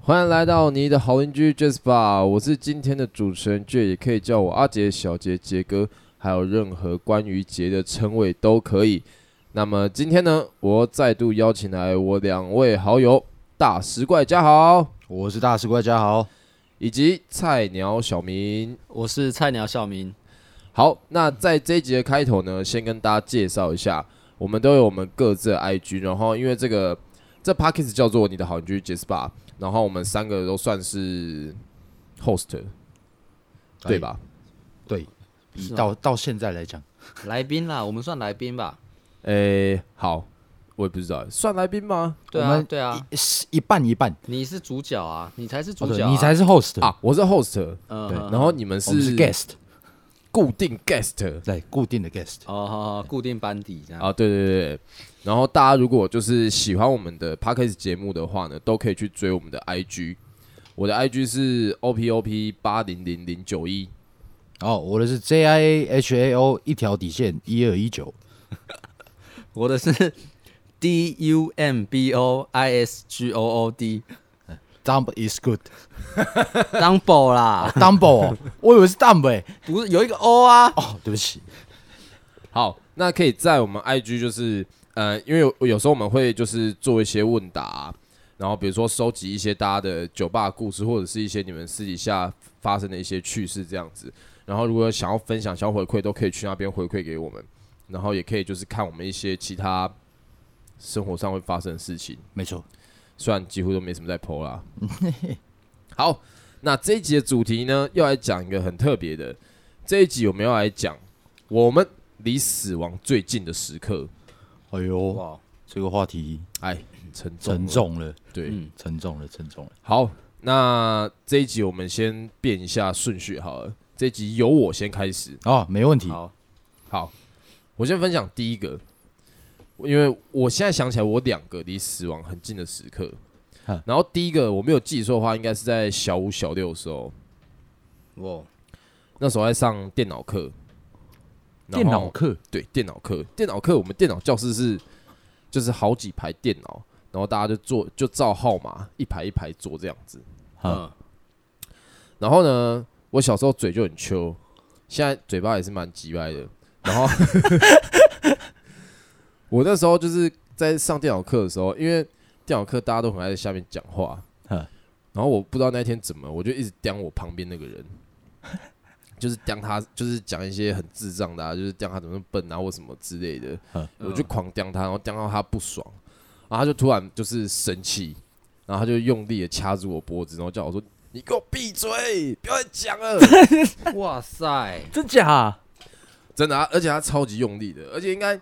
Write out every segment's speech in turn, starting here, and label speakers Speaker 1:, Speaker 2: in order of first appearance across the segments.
Speaker 1: 欢迎来到你的好邻居 Jasper，我是今天的主持人杰，也可以叫我阿杰、小杰、杰哥，还有任何关于杰的称谓都可以。那么今天呢，我再度邀请来我两位好友大石怪家豪
Speaker 2: 我是大师怪，大家好。
Speaker 1: 以及菜鸟小明。
Speaker 3: 我是菜鸟小明，
Speaker 1: 好，那在这一集的开头呢，先跟大家介绍一下，我们都有我们各自的 IG，然后因为这个这 p a c k a g e 叫做你的好邻居 Jasper，然后我们三个都算是 host，对吧？
Speaker 2: 对，以
Speaker 3: 是吗
Speaker 2: 到到现在来讲，
Speaker 3: 来宾啦，我们算来宾吧？
Speaker 1: 诶、好，我也不知道，算来宾吗？
Speaker 3: 对
Speaker 2: 我
Speaker 3: 啊，
Speaker 2: 们
Speaker 3: 对啊，
Speaker 2: 一是一半一半，
Speaker 3: 你是主角啊，你才是
Speaker 2: 哦
Speaker 3: 主
Speaker 2: 对
Speaker 3: 角啊、
Speaker 2: 你才是 host，
Speaker 1: 啊，我是 host，
Speaker 3: 嗯，
Speaker 2: 对
Speaker 3: 嗯
Speaker 1: 然后你们
Speaker 2: 我们是 guest，
Speaker 1: 固定 guest
Speaker 2: 对，固定的 guest。
Speaker 3: 哦好，好固定班底这样。
Speaker 1: 啊，对对对对。然后大家如果就是喜欢我们的 p a c k a g e 节目的话呢，都可以去追我们的 IG，我的 IG 是 OPOP 八零零零九一。
Speaker 2: 哦，我的是 J I A H A O 一条底线一二一九，
Speaker 3: 我的是 D U M B O I S G O O D
Speaker 2: Dumb is good。
Speaker 3: Dumbo 啦，
Speaker 2: Dumble，哦我 以为是 Dumb 哎。
Speaker 3: 不是有一个 O 啊？
Speaker 2: 哦，对不起，
Speaker 1: 好，那可以在我们 IG 就是呃，因为有有时候我们会就是做一些问答，啊然后比如说收集一些大家的酒吧故事，或者是一些你们私底下发生的一些趣事这样子。然后如果想要分享、想要回馈，都可以去那边回馈给我们。然后也可以就是看我们一些其他生活上会发生的事情，
Speaker 2: 没错，
Speaker 1: 虽然几乎都没什么在 PO 啦。 好，那这一集的主题呢，要来讲一个很特别的。这一集我们要来讲我们离死亡最近的时刻。
Speaker 2: 哎呦，
Speaker 3: 哇，
Speaker 2: 这个话题
Speaker 1: 哎，沉重，
Speaker 2: 沉。重了，
Speaker 1: 对，
Speaker 3: 嗯，
Speaker 2: 沉重了，沉重了。
Speaker 1: 好，那这一集我们先变一下顺序好了。这一集由我先开始。
Speaker 2: 哦，没问题。
Speaker 3: 好，
Speaker 1: 好，我先分享第一个，因为我现在想起来，我两个离死亡很近的时刻
Speaker 2: 哈。
Speaker 1: 然后第一个我没有记错的话，应该是在小五、小六的时候，
Speaker 3: 哇，
Speaker 1: 那时候在上电脑课。然
Speaker 2: 电
Speaker 1: 后
Speaker 2: 脑课，
Speaker 1: 对电脑课，电脑课我们电脑教室是就是好几排电脑，然后大家就坐就照号码一排一排坐这样子。
Speaker 2: 啊
Speaker 3: 嗯，
Speaker 1: 然后呢，我小时候嘴就很秋，现在嘴巴也是蛮急歪的。然后 我那时候就是在上电脑课的时候，因为电脑课大家都很爱在下面讲话，
Speaker 2: 嗯
Speaker 1: 然后我不知道那天怎么，我就一直刁我旁边那个人，就是刁他，就是讲一些很智障的、啊，就是刁他怎么那么笨啊或什么之类的，
Speaker 2: 嗯
Speaker 1: 我就狂刁他，然后刁到他不爽，然后他就突然就是生气，然后他就用力的掐住我脖子，然后叫我说：“你给我闭嘴，不要再讲 了。”
Speaker 3: 嗯哇塞，
Speaker 2: 真假？
Speaker 1: 真的、啊，而且他超级用力的，而且应该，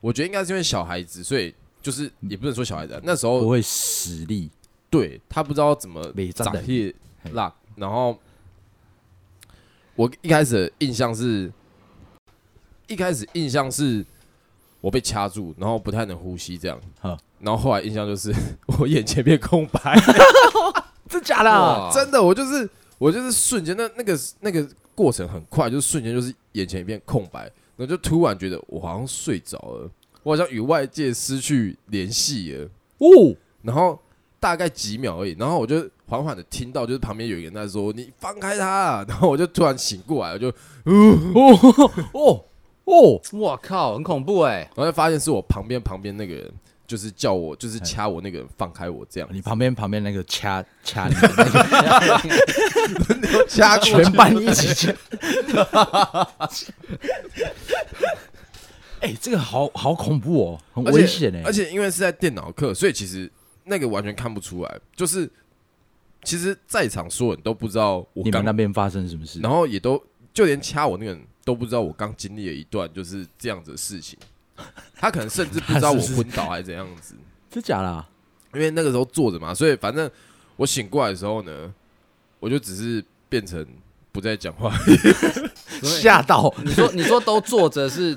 Speaker 1: 我觉得应该是因为小孩子，所以就是也不能说小孩子啊、那时
Speaker 2: 不
Speaker 1: 候
Speaker 2: 会实力，
Speaker 1: 对他不知道怎么
Speaker 2: 没站
Speaker 1: 长
Speaker 2: 的
Speaker 1: 气辣，然后我一开始的印象是，一开始印象是我被掐住，然后不太能呼吸这样
Speaker 2: 哈，
Speaker 1: 然后后来印象就是 我眼前变空白，
Speaker 2: 真假
Speaker 3: 哇，
Speaker 1: 真的，我就是我就是瞬间那那个那个过程很快，就是瞬间就是眼前一片空白，然后就突然觉得我好像睡着了，我好像与外界失去联系了，
Speaker 2: 哦，
Speaker 1: 然后大概几秒而已，然后我就缓缓的听到就是旁边有一个人在说你放开他啊，然后我就突然醒过来，我就
Speaker 2: 哦，哦，
Speaker 3: 哇靠，很恐怖哎、
Speaker 1: 然后就发现是我旁边旁边那个人。就是叫我，就是掐我那
Speaker 2: 哎
Speaker 1: 个人放开我这样，
Speaker 2: 你旁边旁边那个掐掐你的那个，
Speaker 1: 掐
Speaker 2: 全班一起掐。 哎、这个好好恐怖哦，很
Speaker 1: 而
Speaker 2: 危
Speaker 1: 且
Speaker 2: 险哎、
Speaker 1: 而且因为是在电脑课，所以其实那个完全看不出来，就是其实在场所有人都不知道我
Speaker 2: 你们
Speaker 1: 刚
Speaker 2: 那，边发生什么事？
Speaker 1: 然后也都就连掐我那个人都不知道我刚经历了一段就是这样子的事 情，他可能甚至不知道我
Speaker 2: 是不是
Speaker 1: 昏倒还是怎样子，
Speaker 2: 真假啦？
Speaker 1: 因为那个时候坐着嘛，所以反正我醒过来的时候呢，我就只是变成不再讲话，
Speaker 2: 吓到！
Speaker 3: 你 说，你说都坐着是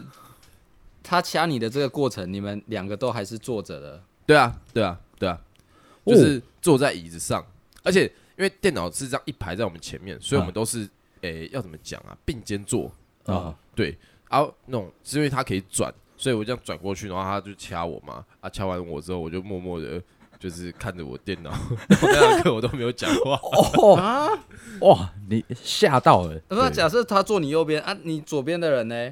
Speaker 3: 他掐你的这个过程，你们两个都还是坐着的，
Speaker 1: 对啊，对啊，对啊，
Speaker 2: 哦
Speaker 1: 就是坐在椅子上，而且因为电脑是这样一排在我们前面，所以我们
Speaker 2: 嗯
Speaker 1: 都是诶、要怎么讲啊，并肩坐，啊
Speaker 2: 哦
Speaker 3: 啊，
Speaker 1: 对啊，那种是因为他可以转，所以我这样转过去，然后他就掐我嘛，啊，掐完我之后，我就默默的。就是看着我电脑， 然后那堂课我都没有讲话，
Speaker 3: 啊，
Speaker 2: 哦哇，你吓到欸了，
Speaker 3: 那假设他坐你右边啊，你左边的人呢？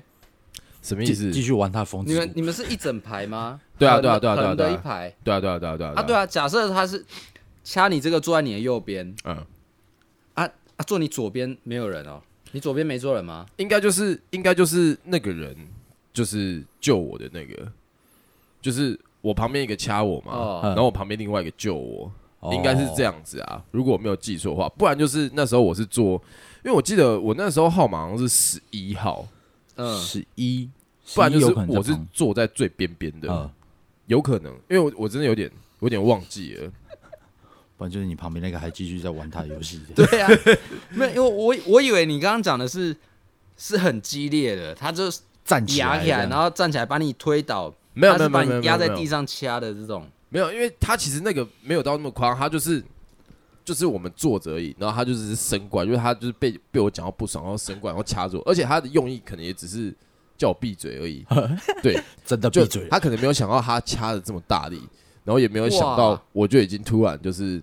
Speaker 1: 什么意
Speaker 2: 继
Speaker 1: 思？
Speaker 2: 继续玩他的风
Speaker 3: 你
Speaker 2: 之
Speaker 3: 们
Speaker 2: 谷，
Speaker 3: 你们是一整排吗？
Speaker 1: 对啊
Speaker 3: 横
Speaker 1: 对啊对啊对啊
Speaker 3: 横
Speaker 1: 对啊
Speaker 3: 的一排
Speaker 1: 对啊，对啊，对啊，对啊，
Speaker 3: 啊，对，啊。假设他是掐你这个坐在你的右边
Speaker 1: 嗯，
Speaker 3: 啊啊，坐你左边没有人哦，你左边没坐人吗？
Speaker 1: 应该就是应该就是那个人，就是救我的那个，就是我旁边一个掐我嘛，
Speaker 3: 哦
Speaker 1: 然后我旁边另外一个救我，应该是这
Speaker 2: 样。
Speaker 1: 样子啊，如果我没有记错的话，不然就是那时候我是坐，因为我记得我那时候号码好像是十一号，
Speaker 3: 嗯，
Speaker 2: 哦十一，
Speaker 1: 不然就
Speaker 2: 11
Speaker 1: 是
Speaker 2: 有可能在
Speaker 1: 我是
Speaker 2: 旁
Speaker 1: 坐在最边边的，
Speaker 2: 呃，
Speaker 1: 有可能，因为我我真的有点有点忘记了，
Speaker 2: 不然就是你旁边那个还继续在玩他的游戏。
Speaker 3: 对啊，没有，因为我我以为你刚刚讲的是是很激烈的，他就是
Speaker 2: 站起
Speaker 3: 压
Speaker 2: 来
Speaker 3: 起
Speaker 2: 这样，
Speaker 3: 来，然后站起来把你推倒，
Speaker 1: 没有没
Speaker 3: 他是
Speaker 1: 有没
Speaker 3: 把
Speaker 1: 有没有
Speaker 3: 你压在
Speaker 1: 没有
Speaker 3: 地上掐的这种。
Speaker 1: 没有，因为他其实那个没有到那么夸张，他就是就是我们坐着而已，然后他就只是伸过来，就是他就是被被我讲到不爽，然后伸过来，然后掐着我，而且他的用意可能也只是叫我闭嘴而 已，对，
Speaker 2: 真的
Speaker 1: 就
Speaker 2: 啊闭嘴，
Speaker 1: 他可能没有想到他掐的这么大力，然后也没有想到
Speaker 3: 哇
Speaker 1: 我就已经突然就是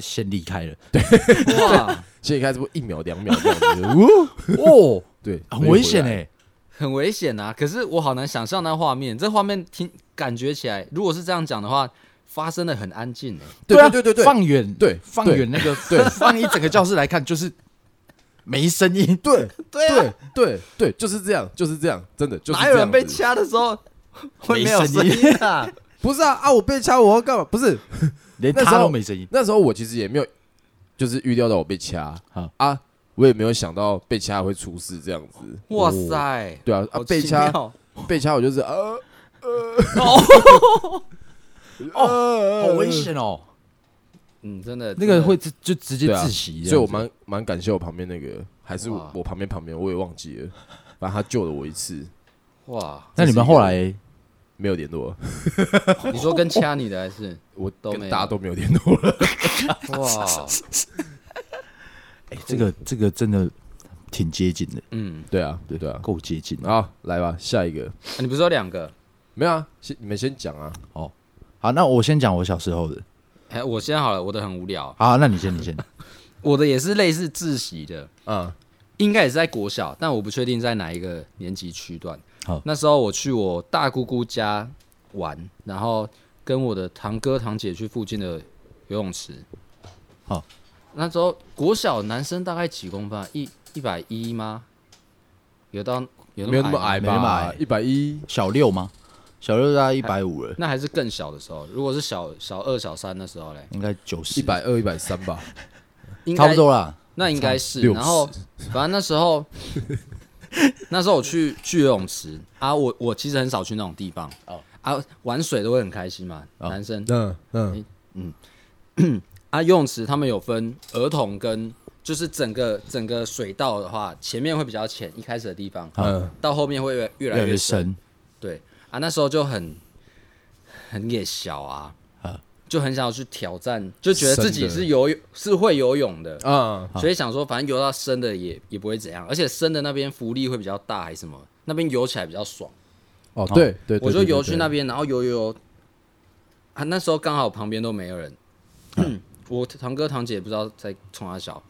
Speaker 2: 先离开了。
Speaker 3: 哇，
Speaker 1: 现在开始不一秒两秒这样子，就 呜
Speaker 2: 哦，
Speaker 1: 对，
Speaker 2: 很危险
Speaker 1: 哎、
Speaker 2: 哎，
Speaker 3: 很危险啊！可是我好难想象那画面，这画面听感觉起来，如果是这样讲的话，发生的很安静欸
Speaker 1: 对
Speaker 2: 啊
Speaker 1: 对对对对，
Speaker 2: 放远
Speaker 1: 对
Speaker 2: 放
Speaker 1: 对
Speaker 2: 远那个
Speaker 1: 对
Speaker 2: 放一整个教室来看就是没声音，
Speaker 1: 对
Speaker 3: 对啊，
Speaker 1: 对对对，就是这样，就是这样，真的就是
Speaker 3: 哪有
Speaker 1: 这
Speaker 3: 人
Speaker 1: 样
Speaker 3: 被
Speaker 1: 子
Speaker 3: 掐的时 候会
Speaker 2: 没
Speaker 3: 没有
Speaker 2: 声
Speaker 3: 声
Speaker 2: 音
Speaker 3: 音啊？
Speaker 1: 不是啊啊，我被掐我要干嘛？不是。
Speaker 2: 连
Speaker 1: 那时
Speaker 2: 他
Speaker 1: 候
Speaker 2: 都没声音。
Speaker 1: 那时候我其实也没有，就是预料到我被掐
Speaker 2: 啊
Speaker 1: 啊，我也没有想到被掐会出事这样子。
Speaker 3: 哇塞！
Speaker 1: 对啊，啊
Speaker 3: 好
Speaker 1: 被
Speaker 3: 奇
Speaker 1: 掐
Speaker 3: 妙哦
Speaker 1: 被掐，我就是呃 呃呃，
Speaker 2: 好危险哦！
Speaker 3: 嗯，真的
Speaker 2: 那个，会
Speaker 3: 真的
Speaker 2: 直就直接
Speaker 1: 对啊，
Speaker 2: 窒息这样子，
Speaker 1: 所以我蛮蛮感谢我旁边那个，还是我
Speaker 3: 哇
Speaker 1: 我旁边旁边我也忘记了，反正他救了我一次，
Speaker 3: 哇！
Speaker 2: 那你们后来
Speaker 1: 没有联络，
Speaker 3: 你说跟掐你的 还是
Speaker 1: 我
Speaker 3: 都
Speaker 1: 跟
Speaker 3: 没有
Speaker 1: 大家都没有联络了。
Speaker 3: 哇？
Speaker 2: 哎，这个这个真的挺接近的，
Speaker 3: 嗯，
Speaker 1: 对啊，对啊，
Speaker 2: 够接近的。
Speaker 1: 好，来吧，下一个
Speaker 3: 啊你不是有两个？
Speaker 1: 没有啊，先你们先讲啊，
Speaker 2: 好，那我先讲我小时候的。
Speaker 3: 哎，我先好了，我的很无聊，
Speaker 2: 好，那你先，你 先。
Speaker 3: 我的也是类似窒息的，
Speaker 1: 啊
Speaker 3: 应该也是在国小，但我不确定在哪一个年级区段。
Speaker 2: 好
Speaker 3: 那时候我去我大姑姑家玩，然后跟我的堂哥堂姐去附近的游泳池。
Speaker 2: 好，
Speaker 3: 那时候国小男生大概几公分啊？一一百一吗？有到有
Speaker 1: 没有那么
Speaker 3: 吗
Speaker 1: 矮
Speaker 2: 没那么
Speaker 1: 吧
Speaker 2: 矮，
Speaker 1: 一百一，
Speaker 2: 小六吗？小六大概一百五了，
Speaker 3: 那还是更小的时候，如果是小小二、小三的时候嘞，
Speaker 2: 应该九十，
Speaker 1: 一百二，一百三吧，
Speaker 3: 应该
Speaker 2: 差不多啦。
Speaker 3: 那应该是。
Speaker 1: 60
Speaker 3: 然后反正那时候， 那时候我去去游泳池啊，我我其实很少去那种地方
Speaker 2: 哦
Speaker 3: 啊，玩水都会很开心嘛，男生
Speaker 1: 嗯嗯，
Speaker 3: 啊，游泳池他们有分儿童跟。就是整个整个水道的话，前面会比较浅，一开始的地方，
Speaker 1: 嗯
Speaker 3: 到后面会越越来
Speaker 2: 哦越来
Speaker 3: 越
Speaker 2: 越
Speaker 3: 深。
Speaker 2: 深，
Speaker 3: 对啊，那时候就很很野小啊，
Speaker 2: 哦
Speaker 3: 就很想要去挑战，就觉得自
Speaker 1: 深
Speaker 3: 己
Speaker 1: 的
Speaker 3: 是游泳是会游泳的，
Speaker 1: 啊，
Speaker 3: 所以想说反正游到深的也也不会怎样，而且深的那边浮力会比较大还是什么，那边游起来比较爽。
Speaker 1: 哦，对对，对
Speaker 3: 我就游去那
Speaker 1: 对
Speaker 3: 边，然后游游游，啊，那时候刚好旁边都没有人，嗯我堂哥堂姐不知道在冲他笑，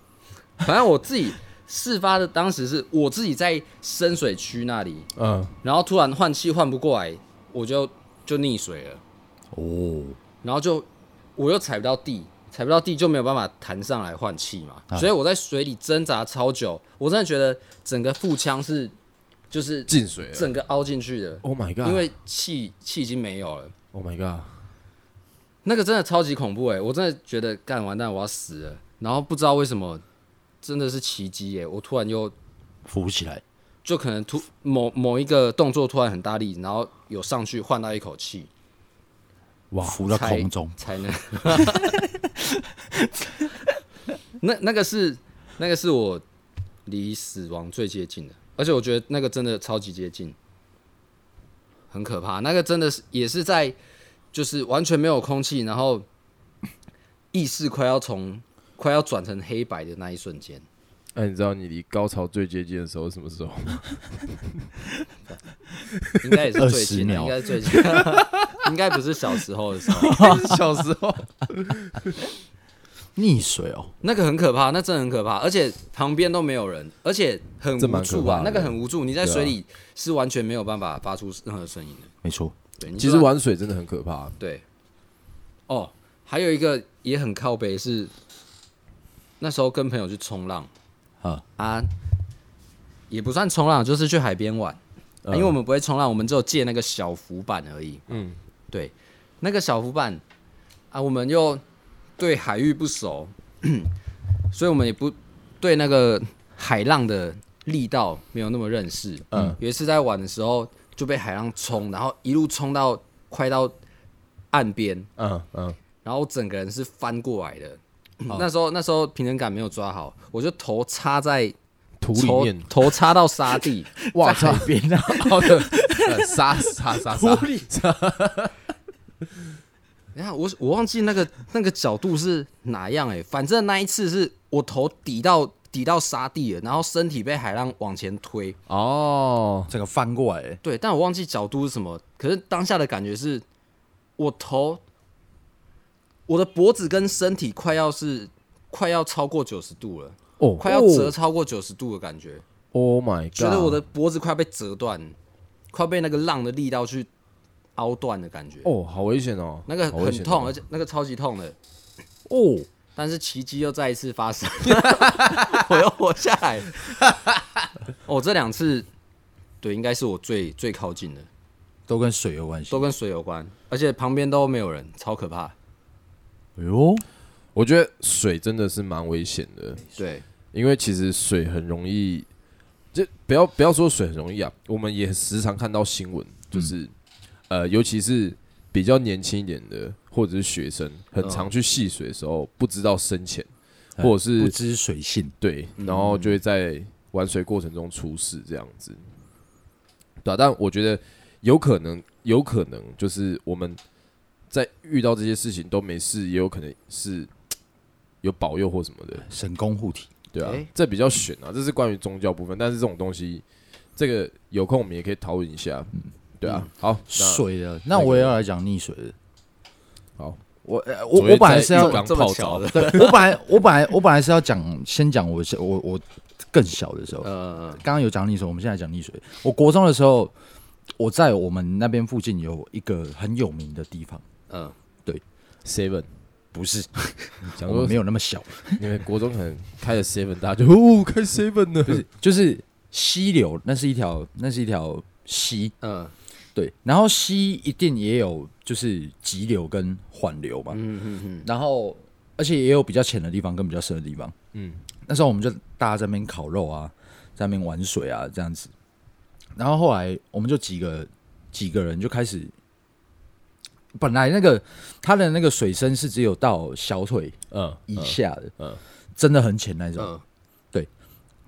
Speaker 3: 反正我自己事发的当时是我自己在深水区那里，
Speaker 1: 对对嗯，
Speaker 3: 然后突然换气换不过来，我就就溺水了，
Speaker 2: 哦，
Speaker 3: 然后就我又踩不到地，踩不到地就没有办法弹上来换气嘛，
Speaker 1: 啊
Speaker 3: 所以我在水里挣扎超久，我真的觉得整个腹腔是就是
Speaker 1: 进水了。
Speaker 3: 整个凹进去的，
Speaker 1: Oh my god！
Speaker 3: 因为气气已经没有了，
Speaker 1: Oh my god！
Speaker 3: 那个真的超级恐怖哎、我真的觉得干完蛋我要死了，然后不知道为什么真的是奇迹哎、我突然又
Speaker 2: 浮起来，
Speaker 3: 就可能突某某一个动作突然很大力，然后有上去换到一口气，
Speaker 2: 哇，浮到
Speaker 3: 才
Speaker 2: 空中，
Speaker 3: 才能。 那那个是那个是我离死亡最接近的，而且我觉得那个真的超级接近，很可怕。那个真的是也是在就是完全没有空气，然后意识快要从快要转成黑白的那一瞬间，
Speaker 1: 那、哎你知道你离高潮最接近的时候是什么时候吗？
Speaker 3: 应该也是最
Speaker 2: 20
Speaker 3: 近的，
Speaker 2: 秒
Speaker 3: 应该是最近的，应该不是小时候的时候，
Speaker 1: 小时候。
Speaker 2: 溺水哦，
Speaker 3: 那个很可怕，那真的很可怕，而且旁边都没有人，而且很
Speaker 1: 这蛮
Speaker 3: 无
Speaker 1: 可
Speaker 3: 助
Speaker 1: 怕
Speaker 3: 啊
Speaker 1: 的，
Speaker 3: 那个很无助，你在
Speaker 1: 对啊
Speaker 3: 水里是完全没有办法发出任何声音的。
Speaker 2: 没错，
Speaker 3: 对，你
Speaker 1: 其
Speaker 3: 就
Speaker 1: 实
Speaker 3: 要
Speaker 1: 玩水真的很可怕，
Speaker 3: 对，哦，还有一个也很靠北是，那时候跟朋友去冲浪
Speaker 2: 啊
Speaker 3: 啊，也不算冲浪，就是去海边玩、啊因为我们不会冲浪，我们只有借那个小浮板而已。嗯，对，那个小浮板啊，我们又对海域不熟， 所以我们也不对那个海浪的力道没有那么认识。嗯，有一次在玩的时候就被海浪冲，然后一路冲到快到岸边，
Speaker 1: 嗯嗯，哦
Speaker 3: 然后我整个人是翻过来的。那时候那时候平衡感没有抓好，我就头插在
Speaker 1: 土里
Speaker 3: 头
Speaker 1: 面，
Speaker 3: 头插到沙地，
Speaker 2: 哇，在海边啊，
Speaker 1: 好的，呃沙沙沙沙，
Speaker 3: 然后我我忘记那个那个角度是哪样哎、反正那一次是我头抵到抵到沙地了，然后身体被海浪往前推，
Speaker 1: 哦，
Speaker 2: 整个翻过来欸，
Speaker 3: 对，但我忘记角度是什么，可是当下的感觉是，我头，我的脖子跟身体快要是快要超过九十度了，
Speaker 1: 哦，
Speaker 3: 快要折超过九十度的感觉，
Speaker 1: ，Oh my god，
Speaker 3: 觉得我的脖子快要被折断，快被那个浪的力道去凹断的感觉，
Speaker 1: 哦，好危险哦，
Speaker 3: 那个
Speaker 1: 好危
Speaker 3: 很
Speaker 1: 险
Speaker 3: 痛，
Speaker 1: 哦
Speaker 3: 而且那个超级痛的。
Speaker 1: 哦，
Speaker 3: 但是奇迹又再一次发生， 我又活下来。哦，这两次，对，应该是我最最靠近的，
Speaker 2: 都跟水有关系
Speaker 3: 都。跟水有关，而且旁边都没有人，超可怕。
Speaker 2: 哎呦，
Speaker 1: 我觉得水真的是蛮危险的，
Speaker 3: 对，
Speaker 1: 因为其实水很容易，就不要不要说水很容易啊，我们也时常看到新闻，就是、呃，尤其是比较年轻一点的或者是学生，很常去戏水的时候、不知道深浅，或者
Speaker 2: 不
Speaker 1: 是
Speaker 2: 知水性，
Speaker 1: 对，
Speaker 2: 嗯
Speaker 1: 然后就会在玩水过程中出事这样子，对啊，但我觉得有可能，有可能就是我们在遇到这些事情都没事，也有可能是有保佑或什么的，
Speaker 2: 神功护体，
Speaker 1: 对啊，
Speaker 3: 诶
Speaker 1: 这比较悬啊，这是关于宗教部分，但是这种东西，这个有空我们也可以讨论一下，
Speaker 2: 嗯
Speaker 1: 对啊，好，那
Speaker 2: 水的。那我也要来讲溺水的。
Speaker 1: 好，
Speaker 2: 我呃我
Speaker 1: 昨天
Speaker 2: 我本来
Speaker 1: 在
Speaker 2: 是要
Speaker 1: 浴缸
Speaker 3: 这么
Speaker 1: 泡澡
Speaker 3: 巧 的，
Speaker 2: 对，我本来我本来我本来是要讲，先讲我是我我更小的时候，
Speaker 3: 呃，
Speaker 2: 刚刚有讲溺水，我们现在讲溺水。我国中的时候，我在我们那边附近有一个很有名的地方，
Speaker 3: 嗯，
Speaker 1: seven，
Speaker 2: 不是，
Speaker 1: 想
Speaker 2: 我们
Speaker 1: 说
Speaker 2: 没有那么小，
Speaker 1: 你们国中可能开了 seven，大家就 哦开 seven
Speaker 3: 嗯
Speaker 1: 了，
Speaker 2: 就是溪流，那是一条那是一条溪，
Speaker 3: 嗯，
Speaker 2: 对，然后溪一定也有就是急流跟缓流嘛，
Speaker 3: 嗯嗯嗯，
Speaker 2: 然后而且也有比较浅的地方跟比较深的地方。
Speaker 1: 嗯，
Speaker 2: 那时候我们就大家在那边烤肉啊，在那边玩水啊这样子。然后后来我们就几个几个人就开始，本来那个它的那个水深是只有到小腿
Speaker 1: 嗯，
Speaker 2: 以下的，
Speaker 1: 嗯嗯
Speaker 2: 真的很浅那种。
Speaker 3: 嗯，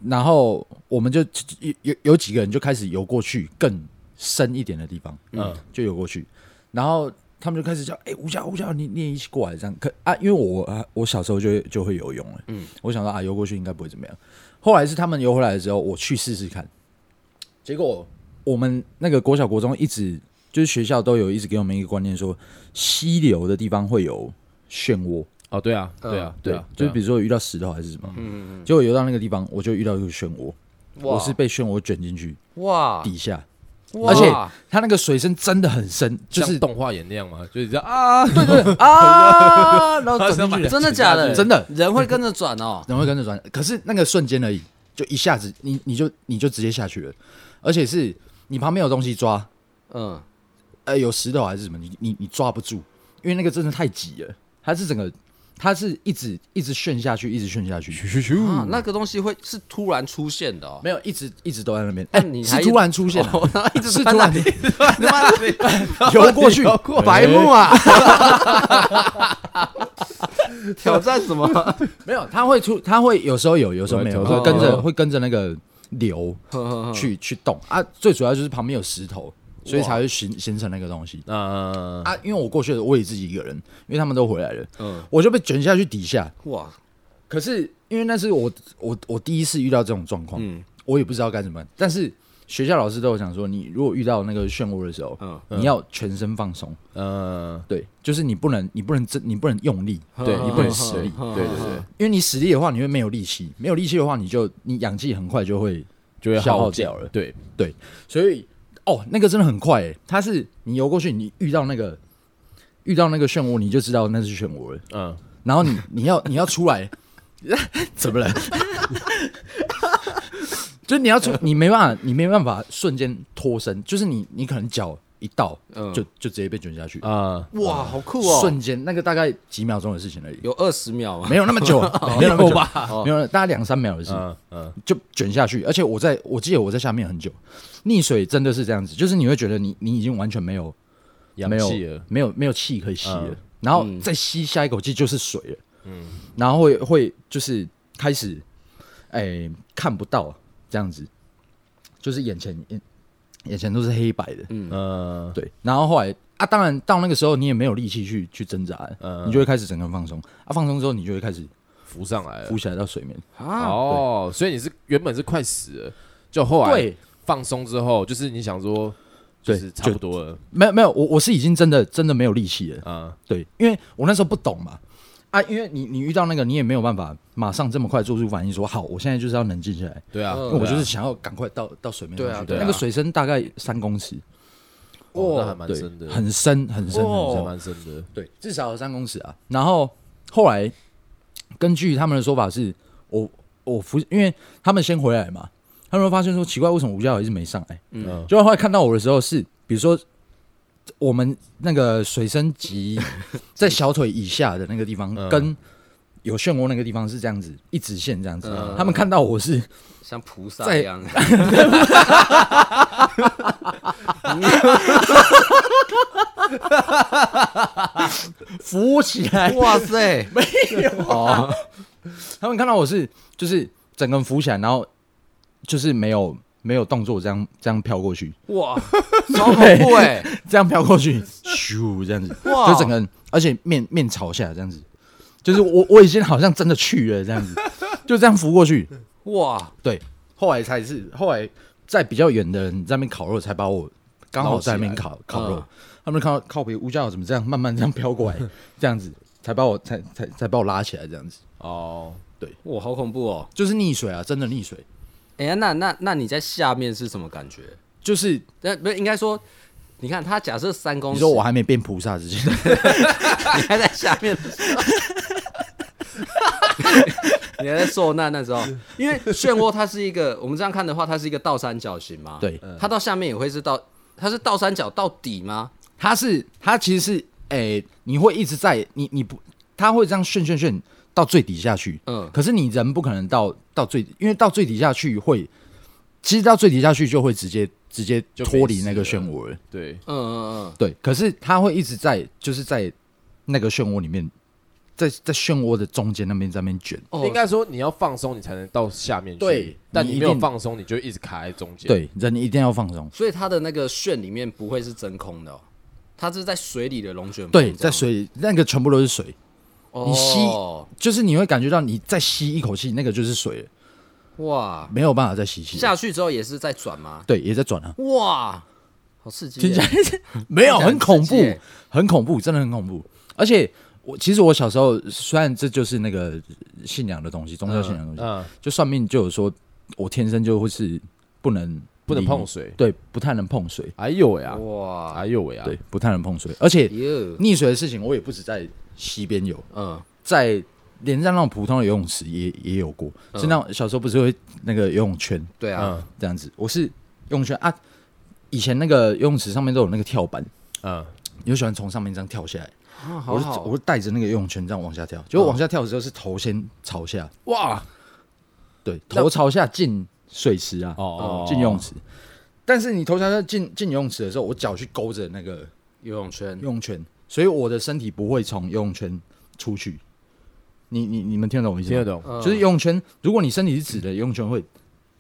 Speaker 2: 然后我们就有有有几个人就开始游过去更深一点的地方，
Speaker 1: 嗯
Speaker 2: 嗯，就游过去，然后他们就开始叫，哎、吴佳吴佳，你你也一起过来这样，可啊，因为我啊我小时候就会就会游泳了，嗯，我想说啊游过去应该不会怎么样，后来是他们游回来的时候，我去试试看，结果我们那个国小国中一直就是学校都有一直给我们一个观念说，溪流的地方会有漩涡，
Speaker 1: 哦，对啊，对啊，对
Speaker 2: 嗯对
Speaker 1: 啊，，
Speaker 2: 就是
Speaker 1: 对啊
Speaker 2: 比如说遇到石头还是什么，嗯嗯，结果游到那个地方，我就遇到一个漩涡。我
Speaker 3: 哇
Speaker 2: 是被漩涡卷进去
Speaker 3: 哇，
Speaker 2: 底下，
Speaker 3: 哇
Speaker 2: 而且它那个水深真的很深，就
Speaker 1: 像
Speaker 2: 是
Speaker 1: 动画演那样嘛，就是这样啊，对，
Speaker 2: 啊，然后转进去了，
Speaker 3: 真的假的？
Speaker 2: 真的
Speaker 3: 人会跟着转哦，
Speaker 2: 然后会跟着转，可是那个瞬间而已，就一下子你你就你就直接下去了，而且是你旁边有东西抓，
Speaker 3: 嗯，
Speaker 2: 呃，有石头还是什么，你你你抓不住，因为那个真的太急了，它是整个它是一直一直旋下去，一直旋下去，
Speaker 3: 啊，那个东西会是突然出现的哦，
Speaker 2: 嗯没有一直一直都在那边，
Speaker 3: 那
Speaker 2: 哎，
Speaker 3: 你还
Speaker 2: 是突然出现了，
Speaker 3: 哦然后一直
Speaker 2: 是
Speaker 3: 在
Speaker 2: 突
Speaker 3: 那
Speaker 2: 然
Speaker 3: 里
Speaker 2: 游过去，哎
Speaker 3: 白目啊！挑战什 么？
Speaker 2: 没有，它会出，它会有时候有，有时候没有，
Speaker 1: 哦
Speaker 2: 会跟
Speaker 3: 哦
Speaker 2: 着会跟着那个流
Speaker 3: 呵
Speaker 2: 去去动啊。最主要就是旁边有石头，所以才会形形成那个东西
Speaker 1: 啊，
Speaker 2: 啊。因为我过去的我也自己一个人，因为他们都回来了，
Speaker 3: 嗯，
Speaker 2: 我就被卷下去底下。
Speaker 3: 哇，
Speaker 2: 可是因为那是我我我第一次遇到这种状况，
Speaker 3: 嗯
Speaker 2: 我也不知道该怎么办。但是学校老师都有讲说，你如果遇到那个漩涡的时候，
Speaker 3: 嗯
Speaker 2: 你要全身放松，
Speaker 1: 嗯，
Speaker 2: 对，就是你不能你不能真你不能用力，
Speaker 1: 对，
Speaker 2: 你不能使力，
Speaker 1: 对对对，
Speaker 2: 因为你使力的话，你会没有力气，没有力气的话，你就你氧气很快就会
Speaker 1: 就会
Speaker 2: 消
Speaker 1: 耗
Speaker 2: 耗
Speaker 1: 尽
Speaker 2: 掉了
Speaker 1: 对，
Speaker 2: 所以哦，那个真的很快诶、它是你游过去，你遇到那个遇到那个漩涡，你就知道那是漩涡了。
Speaker 1: 嗯，
Speaker 2: 然后你你要你要出来，怎么了？就是你要出，你没办法，你没办法瞬间脱身，就是你你可能脚一到，
Speaker 3: 嗯
Speaker 2: 就就直接被卷下去，
Speaker 1: 啊，
Speaker 3: 哇，好酷哦
Speaker 2: 瞬间那个大概几秒钟的事情而已，
Speaker 3: 有二十秒啊，
Speaker 2: 没有那么久，没有那么久
Speaker 3: 哦
Speaker 2: 没有大概两三秒的事情。
Speaker 1: 嗯嗯，
Speaker 2: 就卷下去，而且我在我记得我在下面很久，溺水真的是这样子，就是你会觉得你你已经完全没有
Speaker 1: 氧
Speaker 2: 啊没有
Speaker 1: 气了，
Speaker 2: 没有没有气可以吸了，
Speaker 1: 嗯
Speaker 2: 然后
Speaker 3: 嗯
Speaker 2: 再吸下一口气就是水了，嗯，然后会会就是开始哎、看不到这样子，就是眼前眼眼前都是黑白的，
Speaker 1: 嗯
Speaker 2: 对，然后后来啊，当然到那个时候你也没有力气去去挣扎了，
Speaker 1: 嗯
Speaker 2: 你就会开始整个人放松，啊，放松之后你就会开始
Speaker 1: 浮上来了
Speaker 2: 浮，起来到水面，
Speaker 3: 啊，
Speaker 1: 哦，所以你是原本是快死了，就后来
Speaker 2: 对，
Speaker 1: 放松之后，就是你想说，就
Speaker 2: 对
Speaker 1: 是差不多了，
Speaker 2: 没有没有，我我是已经真的真的没有力气了。
Speaker 1: 啊，
Speaker 2: 对，因为我那时候不懂嘛，啊，因为你你遇到那个你也没有办法马上这么快做出反应说，好，我现在就是要冷静下来，
Speaker 1: 对啊，
Speaker 3: 嗯
Speaker 2: 因为我
Speaker 1: 对啊
Speaker 2: 就是想要赶快到到水面上
Speaker 3: 对啊
Speaker 2: 去
Speaker 1: 对啊
Speaker 2: 那个水深大概三公尺，
Speaker 1: 哦，那还蛮
Speaker 2: 对
Speaker 1: 深的，，哦
Speaker 2: 很深很深很
Speaker 1: 还
Speaker 2: 深，
Speaker 1: 蛮深的，
Speaker 2: 对，至少有三公尺啊。然后后来根据他们的说法是，我我浮，因为他们先回来嘛，他们会发现说奇怪，为什么吴家豪一直没上来？
Speaker 1: 嗯
Speaker 2: 就后来看到我的时候是，比如说我们那个水深及在小腿以下的那个地方，
Speaker 1: 嗯
Speaker 2: 跟有漩涡那个地方是这样子，一直线这样子。
Speaker 3: 嗯
Speaker 2: 他们看到我是
Speaker 3: 像菩萨
Speaker 2: 在
Speaker 3: 一样，
Speaker 2: 浮起来，
Speaker 3: 哇塞，
Speaker 2: 他们看到我是就是整个人浮起来，然后就是没有没有动作，这样这样飘过去，
Speaker 3: 哇，超 恐怖哎，
Speaker 2: 这样飘过去，咻这样子，
Speaker 3: 哇
Speaker 2: 就整个人，而且面面朝下这样子，就是我我已经好像真的去了这样子，就这样浮过去。
Speaker 3: 哇，
Speaker 2: 对，后来才是后来在比较远的人在那边烤肉，才把我刚好在那边烤烤肉，
Speaker 3: 嗯
Speaker 2: 他们看到靠别乌家怎么这样慢慢这样飘过来，这样子才把我才才才把我拉起来，这样子
Speaker 1: 哦，
Speaker 3: 哇，好恐怖哦！
Speaker 2: 就是溺水啊，真的溺水，
Speaker 3: 哎、那那那你在下面是什么感觉？
Speaker 2: 就是
Speaker 3: 那不是应该说，你看他假设三公
Speaker 2: 你
Speaker 3: 尺，
Speaker 2: 说我还没变菩萨之前，
Speaker 3: 你还在下面的时候， 你还在受难那时候，因为漩涡它是一个，我们这样看的话，它是一个倒三角形嘛，
Speaker 2: 对，
Speaker 3: 它到下面也会是倒，它是倒三角到底吗？
Speaker 2: 他是他其实是诶、你会一直在你你不他会这样旋旋旋到最底下去，
Speaker 3: 嗯
Speaker 2: 可是你人不可能到到最，因为到最底下去会，其实到最底下去就会直接直接
Speaker 1: 就没
Speaker 2: 脱离那
Speaker 1: 事
Speaker 2: 个
Speaker 1: 了
Speaker 2: 漩涡了。
Speaker 1: 对，
Speaker 3: 嗯嗯
Speaker 2: 对，可是它会一直在，就是在那个漩涡里面，在在漩涡的中间那边在那边卷。
Speaker 3: 嗯，
Speaker 1: 应该说你要放松，你才能到下面去，
Speaker 2: 哦对
Speaker 1: 但
Speaker 2: 你
Speaker 1: 你
Speaker 2: 一
Speaker 1: 没有
Speaker 2: 定
Speaker 1: 放松，你就一直卡在中间，，
Speaker 2: 对，人一定要放松。
Speaker 3: 所以它的那个旋里面不会是真空的、哦，它是在水里的龙卷风这
Speaker 2: 对，
Speaker 3: 样，
Speaker 2: 在水那个全部都是水，
Speaker 3: 哦，
Speaker 2: 你吸就是你会感觉到你再吸一口气，那个就是水了，
Speaker 3: 哇，
Speaker 2: 没有办法再吸气了。
Speaker 3: 下去之后也是在转吗？
Speaker 2: 对，也在转啊，
Speaker 3: 哇，好刺激耶！
Speaker 2: 听起来没有
Speaker 3: 听起来
Speaker 2: 很恐
Speaker 3: 很刺
Speaker 2: 怖
Speaker 3: 激耶，
Speaker 2: 很恐怖，真的很恐怖。而且我其实我小时候虽然这就是那个信仰的东西，宗教信仰的东西，
Speaker 1: 嗯，
Speaker 2: 就算命就有说我天生就会是不能
Speaker 1: 不能
Speaker 2: 离
Speaker 1: 碰水，
Speaker 2: 对，不太能碰水，
Speaker 1: 哎呦喂啊，
Speaker 3: 哇，
Speaker 1: 哎呦喂啊，
Speaker 2: 对，，不太能碰水，而且
Speaker 3: 哟，
Speaker 2: 溺水的事情我也不止在溪边有，
Speaker 3: 嗯，
Speaker 2: 在连在那种普通的游泳池也也有过，
Speaker 1: 嗯
Speaker 2: 是那种小时候不是会那个游泳圈
Speaker 3: 对啊，
Speaker 2: 这样子，我是游泳圈啊，以前那个游泳池上面都有那个跳板，
Speaker 1: 嗯，
Speaker 2: 你就喜欢从上面这样跳下来，
Speaker 3: 啊好
Speaker 2: 我是
Speaker 3: 好，
Speaker 2: 我是带着那个游泳圈这样往下跳，结果往下跳的时候是头先朝下，
Speaker 1: 哇，
Speaker 2: 对，头朝下进水池啊，
Speaker 1: 哦
Speaker 2: 进游泳池。但是你头朝下进进游泳池的时候，我脚去勾着那个
Speaker 3: 游泳圈
Speaker 2: 游，泳圈，所以我的身体不会从游泳圈出去。你你你们听得懂我意思
Speaker 1: 听
Speaker 2: 吗？
Speaker 1: 得懂，
Speaker 3: 嗯
Speaker 2: 就是游泳圈，如果你身体是直的，游泳圈会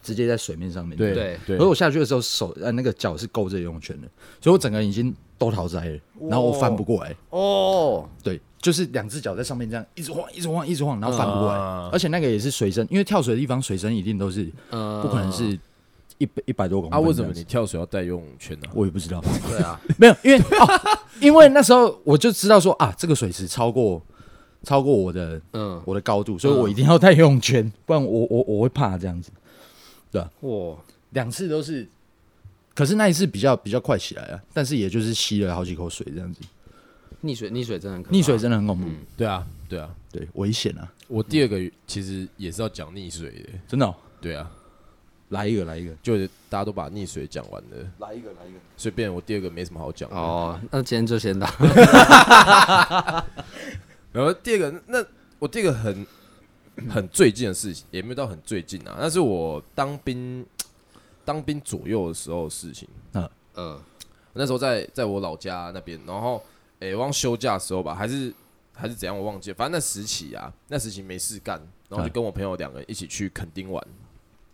Speaker 2: 直接在水面上面。
Speaker 1: 对
Speaker 3: 对
Speaker 1: 对
Speaker 2: 可是，我下去的时候手呃那个脚是勾着游泳圈的，所以我整个人已经都逃灾了，然后我翻不过来。
Speaker 3: 哦，
Speaker 2: 对，就是两只脚在上面这样一直晃，一直晃，一直晃，然后翻不过来。而且那个也是水深，因为跳水的地方水深一定都是
Speaker 3: 呃，
Speaker 2: 不可能是一百一百多公分
Speaker 1: 啊，为什
Speaker 2: 这
Speaker 1: 么
Speaker 2: 样子
Speaker 1: 你跳水要带游泳圈呢、
Speaker 2: 我也不知道，
Speaker 3: 对啊，
Speaker 2: 没有，因为、哦、因为那时候我就知道说啊，这个水池超过超过我的
Speaker 3: 嗯，
Speaker 2: 我的高度，所以我一定要带游泳圈，不然我我我会怕这样子。
Speaker 3: 哇，
Speaker 2: 两次都是，可是那一次比较比较快起来啊，但是也就是吸了好几口水这样子。
Speaker 3: 溺水溺水真的很可怕
Speaker 2: 溺水真的很恐怖，
Speaker 1: 对啊，对啊，
Speaker 2: 对，危险啊，
Speaker 1: 我第二个其实也是要讲溺水的，
Speaker 2: 真的哦、
Speaker 1: 对啊，
Speaker 2: 来一个，来一个，
Speaker 1: 就是大家都把溺水讲完了，来一个，来一个，随便，我第二个没什么好讲的。
Speaker 3: 哦，那今天就先到，
Speaker 1: 然后第二个，那我第二个很很最近的事情，也没有到很最近啊，那是我当兵当兵左右的时候的事情。
Speaker 3: 呃，
Speaker 1: 那时候在在我老家那边，然后诶、我忘休假的时候吧，还是还是怎样，我忘记了。反正那时期啊，那时期没事干，
Speaker 2: 嗯
Speaker 1: 然后就跟我朋友两个人一起去垦丁玩，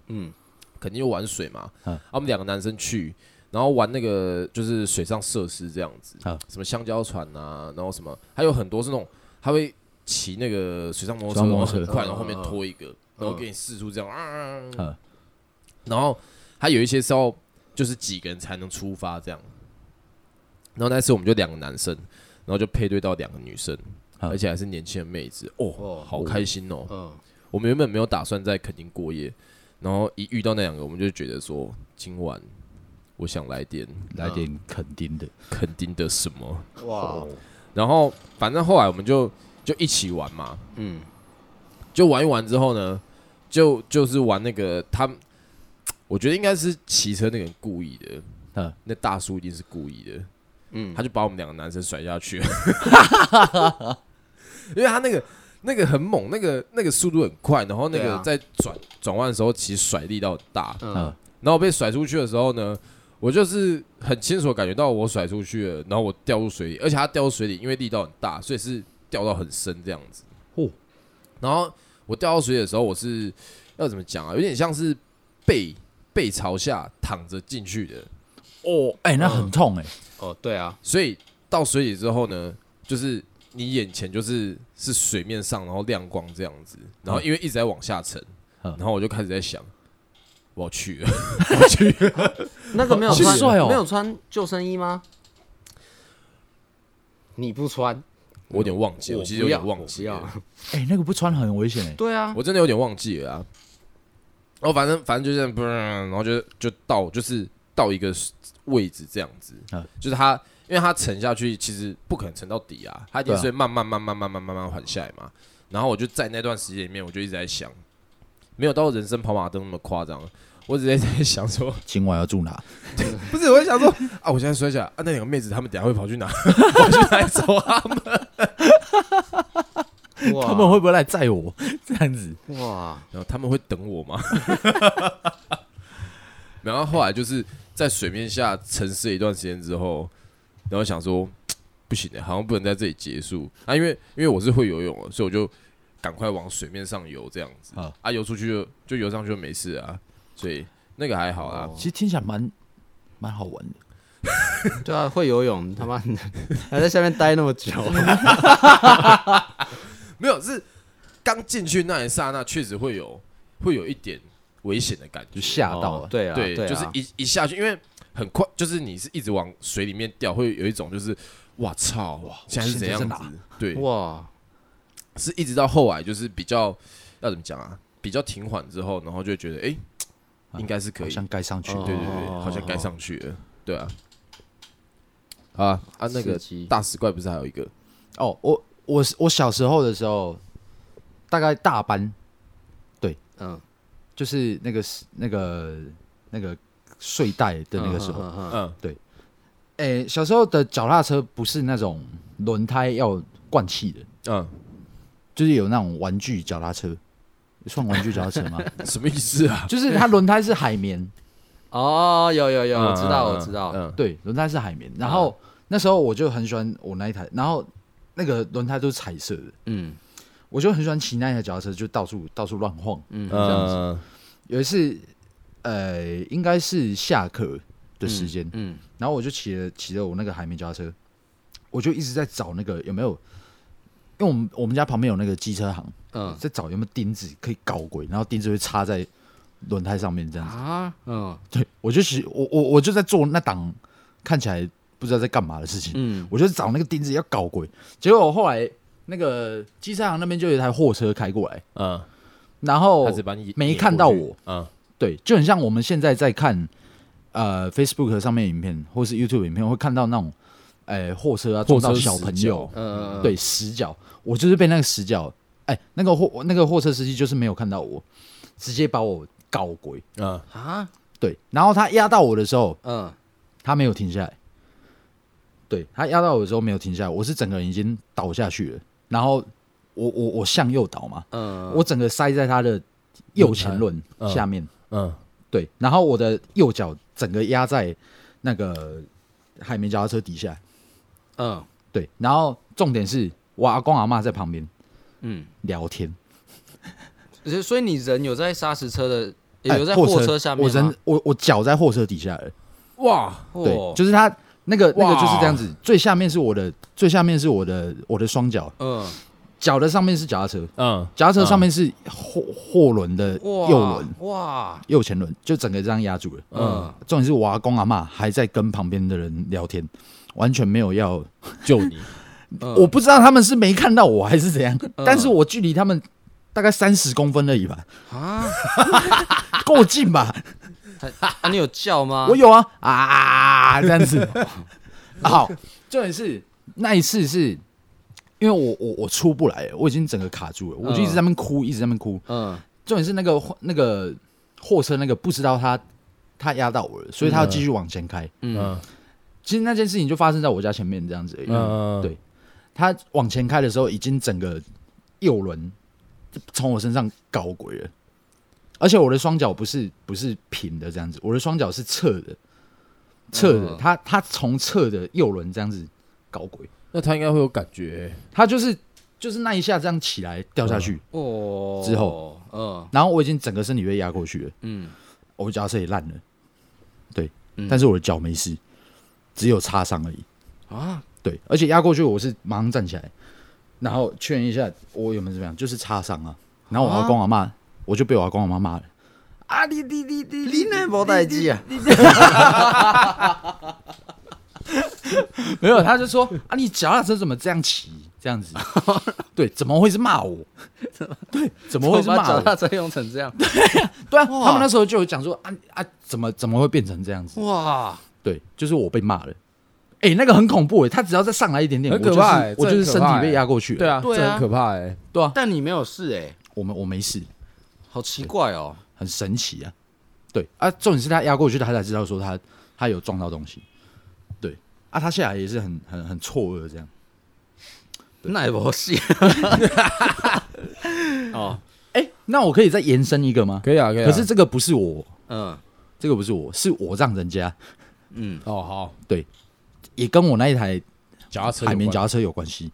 Speaker 3: 嗯，
Speaker 1: 垦丁就玩水嘛，
Speaker 2: 嗯
Speaker 1: 啊，我们两个男生去，然后玩那个就是水上设施这样子
Speaker 2: 嗯，
Speaker 1: 什么香蕉船啊，然后什么，还有很多是那种他会骑那个水上摩托车，
Speaker 2: 水
Speaker 1: 然
Speaker 2: 上摩
Speaker 1: 后
Speaker 2: 托
Speaker 1: 很
Speaker 2: 车
Speaker 1: 快，然后后面拖一个，然后给你四处这样啊，
Speaker 2: 嗯
Speaker 1: 然后他有一些时候就是几个人才能出发这样。然后那次我们就两个男生，然后就配对到两个女生，
Speaker 2: 嗯
Speaker 1: 而且还是年轻的妹子，哦
Speaker 3: 啊哦，
Speaker 1: 好开心哦！
Speaker 3: 嗯，
Speaker 1: 我们原本没有打算在垦丁过夜，然后一遇到那两个，我们就觉得说，今晚我想来点
Speaker 2: 来点肯定的，
Speaker 1: 垦丁的什么。
Speaker 3: 哇，
Speaker 1: 然后反正后来我们就就一起玩嘛，
Speaker 3: 嗯，
Speaker 1: 就玩一玩之后呢，就就是玩那个他们，我觉得应该是骑车那个人故意的，
Speaker 2: 嗯
Speaker 1: 那大叔一定是故意的，
Speaker 3: 嗯
Speaker 1: 他就把我们两个男生甩下去， 因为他那个那个很猛，那个那个速度很快，然后那
Speaker 3: 对
Speaker 1: 个
Speaker 3: 啊
Speaker 1: 在转转弯的时候，其实甩力道很大，
Speaker 3: 嗯，
Speaker 1: 然后我被甩出去的时候呢，我就是很清楚地感觉到我甩出去了，然后我掉入水里，而且他掉入水里，因为力道很大，所以是掉到很深这样子。
Speaker 2: 哦，
Speaker 1: 然后我掉到水里的时候，我是要怎么讲啊？有点像是背背朝下躺着进去的，
Speaker 2: 哦，哎、那很痛哎、
Speaker 3: 哦，对啊，
Speaker 1: 所以到水里之后呢，就是你眼前就是是水面上，然后亮光这样子，然后因为一直在往下沉，
Speaker 2: 嗯
Speaker 1: 然后我就开始在想，我要去
Speaker 3: 嗯
Speaker 1: 了。
Speaker 3: 那个没有
Speaker 2: 好
Speaker 3: 穿，
Speaker 2: 帅哦
Speaker 3: 没有穿救生衣吗？你不穿，
Speaker 1: 我有点忘记了，
Speaker 3: 我
Speaker 1: 我其实
Speaker 3: 不
Speaker 1: 有
Speaker 3: 要
Speaker 1: 点忘记
Speaker 3: 我
Speaker 1: 了
Speaker 3: 不，要，
Speaker 2: 哎、那个不穿很危险哎、
Speaker 3: 对啊，
Speaker 1: 我真的有点忘记了啊。然后反正反正就这样，然后就就到就是到一个位置这样子，
Speaker 2: 嗯
Speaker 1: 就是它，因为它沉下去其实不可能沉到底啊，它一定
Speaker 2: 对啊
Speaker 1: 是会慢慢慢慢慢慢慢慢缓下来嘛。然后我就在那段时间里面，我就一直在想，没有到人生跑马灯那么夸张，我只是在想说，
Speaker 2: 今晚要住哪？
Speaker 1: 不是，我在想说啊，我现在摔下来啊，那两个妹子她们等一下会跑去哪？ 跑去哪里找啊？
Speaker 3: 哇
Speaker 2: 他们会不会来载我？ 这样子，
Speaker 3: 哇，
Speaker 1: 然后他们会等我吗？ 然后后来就是在水面下沉思了一段时间之后，然后想说不行的、欸好像不能在这里结束啊，因为因为我是会游泳的，所以我就赶快往水面上游这样子
Speaker 2: 啊
Speaker 1: 啊，游出去就就游上去就没事啊，所以那个还好啊。
Speaker 3: 哦
Speaker 2: 其实听起来蛮蛮好玩的。
Speaker 3: 对啊，会游泳，他妈 还在下面待那么 久，
Speaker 1: 没有是刚进去那一刹那确实会有会有一点危险的感觉，
Speaker 2: 就吓到了
Speaker 3: 哦对啊，
Speaker 1: 对，
Speaker 3: 啊
Speaker 1: 就是一一下去，因为很快，就是你是一直往水里面掉，会有一种就是哇操，哇现在是怎样
Speaker 2: 现在在
Speaker 1: 子？对，
Speaker 3: 哇，
Speaker 1: 是一直到后来就是比较要怎么讲啊，比较停缓之后，然后就会觉得哎、诶应该是可
Speaker 2: 好
Speaker 1: 以，
Speaker 2: 像盖上去
Speaker 3: 啊哦
Speaker 2: 了。
Speaker 1: 对对对，好像该上去了，对啊。啊啊，那个
Speaker 3: 刺激
Speaker 1: 大石怪不是还有一个
Speaker 2: 哦，我我我小时候的时候，大概大班
Speaker 3: 嗯
Speaker 2: 就是那个那个那个睡袋的那个时候，
Speaker 3: 嗯嗯嗯
Speaker 1: 嗯
Speaker 2: 诶、小时候的脚踏车不是那种轮胎要灌气的，
Speaker 1: 嗯，
Speaker 2: 就是有那种玩具脚踏车，算玩具脚踏车吗？
Speaker 1: 什么意思啊？
Speaker 2: 就是它轮胎是海绵，
Speaker 3: 哦，有有有，
Speaker 1: 嗯
Speaker 3: 我知道，
Speaker 1: 嗯
Speaker 3: 我知道，
Speaker 1: 嗯
Speaker 2: 对，轮胎是海绵。然后、那时候我就很喜欢我那一台，然后那个轮胎都是彩色的，
Speaker 3: 嗯
Speaker 2: 我就很喜欢骑那一台脚踏车，就到处到处乱晃。
Speaker 3: 嗯
Speaker 1: 嗯嗯
Speaker 2: 有一次，呃，应该是下课的时间，
Speaker 3: 嗯
Speaker 2: 然后我就骑了骑着我那个海绵脚踏车，我就一直在找那个有没有因为我们我们家旁边有那个机车行，
Speaker 3: 嗯
Speaker 2: 在找有没有钉子可以搞鬼，然后钉子会插在轮胎上面这样子。
Speaker 3: 啊，嗯
Speaker 2: 对，我就是我我我就在做那档看起来不知道在干嘛的事情，
Speaker 3: 嗯
Speaker 2: 我就找那个钉子要搞鬼，结果后来那个机车行那边就有一台货车开过来，
Speaker 1: 嗯，
Speaker 2: 然后
Speaker 3: 哦
Speaker 1: 他只把你
Speaker 2: 没看到
Speaker 1: 引过
Speaker 2: 我
Speaker 1: 去，嗯
Speaker 2: 对，就很像我们现在在看呃 Facebook 上面的影片或是 YouTube 影片会看到那种，呃货车啊
Speaker 1: 货
Speaker 2: 撞
Speaker 1: 车
Speaker 2: 到小朋友
Speaker 1: 死角，嗯
Speaker 3: 呃，
Speaker 2: 对死角，我就是被那个死角，哎、那个货那个货车司机就是没有看到我，直接把我搞鬼，
Speaker 1: 嗯，
Speaker 3: 啊，
Speaker 2: 对，然后他压到我的时候，
Speaker 3: 嗯
Speaker 2: 他没有停下来，对他压到我的时候没有停下来，我是整个人已经倒下去了，然后我我我向右倒嘛，
Speaker 3: 嗯，
Speaker 2: 我整个塞在他的右前轮
Speaker 1: 嗯
Speaker 2: 下面，
Speaker 1: 嗯
Speaker 2: 对，然后我的右脚整个压在那个海绵脚踏车底下，
Speaker 3: 嗯
Speaker 2: 对，然后重点是我阿公阿妈在旁边
Speaker 3: 嗯，
Speaker 2: 聊天，
Speaker 3: 所以所以你人有在砂石车的，也
Speaker 2: 哎
Speaker 3: 有在
Speaker 2: 货
Speaker 3: 货车下面
Speaker 2: 我
Speaker 3: 吗
Speaker 2: 人我我脚在货车底下了，
Speaker 1: 哇，
Speaker 2: 对，
Speaker 3: 哦，
Speaker 2: 就是他那个那个就是这
Speaker 1: 哇
Speaker 2: 样子，最下面是我的最下面是我的我的双脚，
Speaker 3: 嗯
Speaker 2: 脚的上面是脚踏车，
Speaker 1: 嗯，
Speaker 2: 脚踏车上面是货货轮的
Speaker 3: 哇
Speaker 2: 右轮。
Speaker 3: 哇，
Speaker 2: 右前轮就整个这样压住了，
Speaker 3: 嗯
Speaker 2: 重点是我阿公阿妈还在跟旁边的人聊天，完全没有要
Speaker 1: 救你，
Speaker 3: 嗯
Speaker 2: 我不知道他们是没看到我还是怎样，但是我距离他们大概三十公分而已吧，
Speaker 3: 啊
Speaker 2: 够近吧？
Speaker 3: 啊，你有叫吗？
Speaker 2: 我有啊啊这样子。 好，重点是那一次是因为我我我出不来，我已经整个卡住了，我就一直在那边哭，一直在那边哭。
Speaker 3: 嗯
Speaker 2: 重点是那个货那个货车那个不知道他他压到我了，所以他要继续往前开。
Speaker 3: 嗯
Speaker 1: 嗯
Speaker 2: 其实那件事情就发生在我家前面这样子而已。
Speaker 1: 嗯，
Speaker 2: 对他往前开的时候，已经整个右轮就从我身上搞鬼了，而且我的双脚不是不是平的这样子，我的双脚是侧的，侧的，
Speaker 3: 嗯
Speaker 2: 他他从侧的右轮这样子搞鬼，
Speaker 1: 那他应该会有感觉，
Speaker 2: 他就是就是那一下这样起来掉下去，
Speaker 3: 哦，
Speaker 2: 之后
Speaker 3: 嗯
Speaker 2: 然后我已经整个身体被压过去了，
Speaker 3: 嗯
Speaker 2: 我脚车也烂了，对，
Speaker 3: 嗯
Speaker 2: 但是我的脚没事，只有擦伤而已，
Speaker 3: 啊，
Speaker 2: 对，而且压过去我是马上站起来，然后确认一下我有没有怎么样，就是擦伤啊。然后我阿公阿妈，我就被我阿公阿妈骂了。啊你你你你
Speaker 3: 你那无代志啊？
Speaker 2: 没有，他就 说啊你脚踏车怎么这样骑这样子？ 对，怎么会是骂我？对， 怎么会
Speaker 3: 我
Speaker 2: 是
Speaker 3: 把
Speaker 2: 骂
Speaker 3: 脚踏
Speaker 2: 我？
Speaker 3: 车用成这样，
Speaker 2: 对啊，
Speaker 3: 哇
Speaker 2: 他们那时候就有讲说啊啊怎么怎么会变成这样子？
Speaker 3: 哇，
Speaker 2: 对，就是我被骂了。哎、那个很恐怖哎、他只要再上来一点点，
Speaker 1: 很可怕欸
Speaker 2: 我就是我就是
Speaker 1: 这很可
Speaker 2: 身
Speaker 1: 怕
Speaker 2: 体被
Speaker 1: 欸
Speaker 2: 压过去。
Speaker 1: 对，啊，
Speaker 3: 对啊
Speaker 1: 这很可怕哎，
Speaker 2: 对啊，
Speaker 3: 但你没有事哎，
Speaker 2: 我们我没事。
Speaker 3: 好奇怪哦，
Speaker 2: 很神奇啊。对啊，重点是他压过去，他才知道说他他有撞到东西。对啊，他下来也是很很很错愕这样。
Speaker 3: 那也无 事。哦，
Speaker 2: 哎、那我可以再延伸一个吗？
Speaker 1: 可以啊，可以啊，
Speaker 2: 可是这个不是我，
Speaker 3: 嗯
Speaker 2: 这个不是我，是我让人家
Speaker 3: 嗯，
Speaker 1: 哦好，
Speaker 2: 也跟我那一台
Speaker 1: 脚踏车有
Speaker 2: 海绵
Speaker 1: 关
Speaker 2: 脚踏车有关系。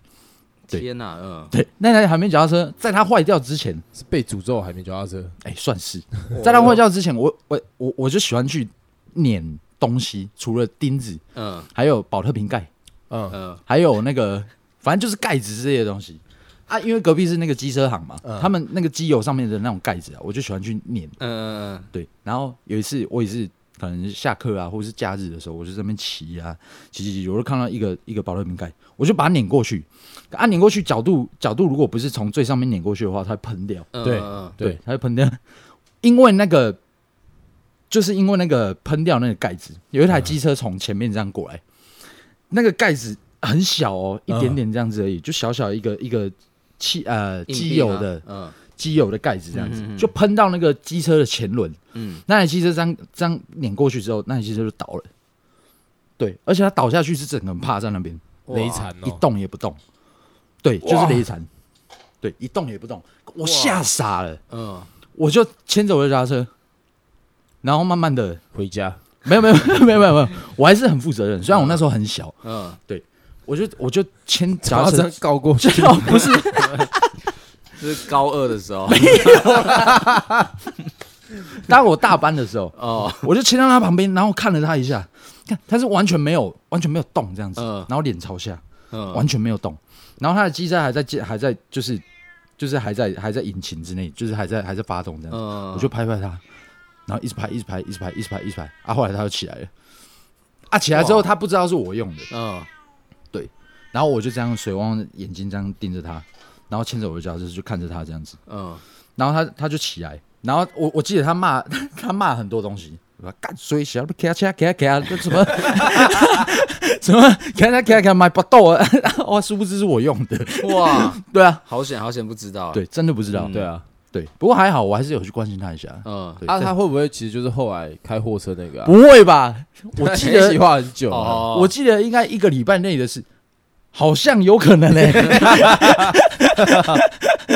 Speaker 2: 对
Speaker 3: 天哪，嗯，
Speaker 2: 对，那台海绵脚踏车在它坏掉之前，
Speaker 1: 是被诅咒的海绵脚踏车，
Speaker 2: 哎、算是在它坏掉之前，我我我我就喜欢去碾东西，除了钉子，
Speaker 3: 嗯
Speaker 2: 还有保特瓶盖，
Speaker 1: 嗯
Speaker 3: 嗯
Speaker 2: 还有那个，反正就是盖子之类的东西啊。因为隔壁是那个机车行嘛，
Speaker 1: 嗯
Speaker 2: 他们那个机油上面的那种盖子啊，我就喜欢去碾。
Speaker 3: 嗯嗯
Speaker 2: 对，然后有一次我也是可能下课啊，或者是假日的时候，我就在那边骑啊，骑骑骑，我就看到一个一个保乐瓶盖，我就把它碾过去。啊，碾过去角度角度，如果不是从最上面碾过去的话，它会喷掉。
Speaker 3: 嗯，
Speaker 1: 对
Speaker 3: 嗯
Speaker 1: 对
Speaker 2: 它会喷掉，因为那个。就是因为那个喷掉那个盖子，有一台机车从前面这样过来，那个盖子很小哦，一点点这样子而已，就小小一个一个汽呃
Speaker 3: 硬币
Speaker 2: 机油
Speaker 3: 吗
Speaker 2: 的
Speaker 3: 嗯
Speaker 2: 机油的盖子这样子
Speaker 3: 嗯嗯，嗯
Speaker 2: 就喷到那个机车的前轮，
Speaker 3: 嗯
Speaker 2: 那台机车这样这样碾过去之后，那台机车就倒了。对，而且它倒下去是整个人趴在那边，
Speaker 1: 雷惨
Speaker 2: 一
Speaker 1: 哦，
Speaker 2: 动也不动。对，就是
Speaker 1: 哇
Speaker 2: 雷残。对，一动也不动，我吓傻了，
Speaker 3: 嗯，
Speaker 2: 我就牵着我的脚踏车，然后慢慢的，
Speaker 1: 回家，
Speaker 2: 没有没有 没有没有没有，我还是很负责任，虽然我那时候很小，
Speaker 3: 嗯，
Speaker 2: 我就我就牵
Speaker 1: 脚 踏
Speaker 2: 脚踏
Speaker 1: 车
Speaker 2: 车，
Speaker 1: 告过去，
Speaker 2: 就不是
Speaker 3: 这是高二的时 候
Speaker 2: 当我大班的时候，
Speaker 3: 哦，
Speaker 2: 我就牵到他旁边，然后看了他一下，看他是完全没有完全没有动这样子，
Speaker 3: 嗯
Speaker 2: 然后脸朝下，
Speaker 3: 嗯
Speaker 2: 完全没有动。然后它的机塞还在接，还在就是就是还在还在引擎之内，就是还在还在发动这样子。
Speaker 3: 嗯，
Speaker 2: 我就拍拍它，然后一直拍，一直拍，一直拍，一直拍，一直拍。啊，后来它就起来了。啊，起来之后
Speaker 3: 哇
Speaker 2: 它不知道是我用的，
Speaker 3: 嗯，
Speaker 2: 然后我就这样水汪汪的眼睛这样盯着它，然后牵着我的脚就是就看着它这样子。
Speaker 3: 嗯，
Speaker 2: 然后他他就起来，然后我我记得他骂 他骂很多东西，我说干所以小不卡卡卡卡，这什么 什么卡卡卡卡买不到啊！ 哇，殊不知是我用的，
Speaker 3: 哇，
Speaker 2: 对啊，
Speaker 3: 好险好险，不知道，，
Speaker 2: 对，真的不知道，
Speaker 3: 嗯
Speaker 1: 对啊，
Speaker 2: 对，不过还好，我还是有去关心他一下。
Speaker 3: 嗯，
Speaker 2: 对
Speaker 1: 啊，
Speaker 2: 这
Speaker 1: 他会不会其实就是后来开货车那个啊？
Speaker 2: 不会吧？我记
Speaker 1: 一起
Speaker 2: 得
Speaker 1: 画很久啊，
Speaker 3: 哦，
Speaker 2: 我记得应该一个礼拜内的事，好像有可能呢、欸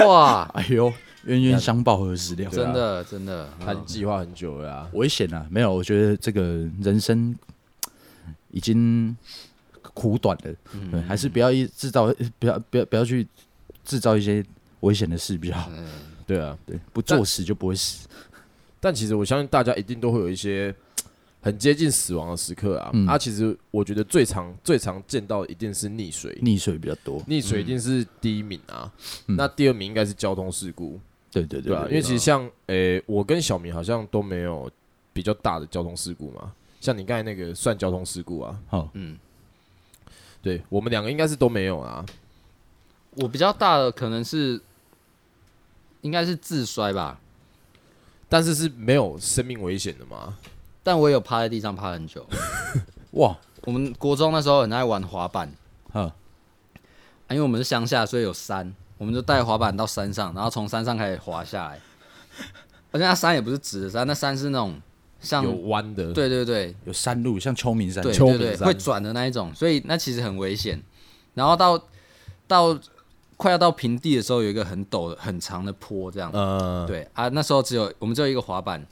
Speaker 3: 哇，
Speaker 2: 哎呦，冤冤相报何时了？
Speaker 1: 对啊
Speaker 3: 真的真的，
Speaker 1: 他
Speaker 3: 嗯
Speaker 1: 计划很久了啊。
Speaker 2: 危险啊！没有，我觉得这个人生已经苦短了，对，还是不要一制造，不要不要不要去制造一些危险的事比较好。
Speaker 1: 对啊，
Speaker 2: 对，不作死就不会死。
Speaker 1: 但其实我相信大家一定都会有一些很接近死亡的时刻啊。
Speaker 2: 嗯
Speaker 1: 啊，其实我觉得最常最常见到的一定是溺水，
Speaker 2: 溺水比较多，
Speaker 1: 溺水一定是第一名啊。
Speaker 2: 嗯
Speaker 1: 那第二名应该是交通事故，
Speaker 2: 对对
Speaker 1: 对啊吧、
Speaker 2: 对
Speaker 1: 因为其实像诶、我跟小明好像都没有比较大的交通事故嘛。像你刚才那个算交通事故啊，
Speaker 2: 好，
Speaker 3: 嗯，
Speaker 1: 对我们两个应该是都没有啊。
Speaker 3: 我比较大的可能是应该是自摔吧，
Speaker 1: 但是是没有生命危险的嘛？
Speaker 3: 但我也有趴在地上趴很久。
Speaker 2: 哇，
Speaker 3: 我们国中那时候很爱玩滑板，
Speaker 2: 好，
Speaker 3: 啊因为我们是乡下，所以有山，我们就带滑板到山上，然后从山上开始滑下来。而且那山也不是直的山，那山是那种像
Speaker 1: 有弯的，
Speaker 3: 对对对
Speaker 2: 有山路，像秋名山，
Speaker 3: 对
Speaker 1: 秋
Speaker 3: 对
Speaker 1: 名
Speaker 3: 对，
Speaker 1: 山
Speaker 3: 会转的那一种，所以那其实很危险。然后到到快要到平地的时候，有一个很陡的、很长的坡，这样。
Speaker 1: 呃，
Speaker 3: 对啊，那时候只有我们只有一个滑板，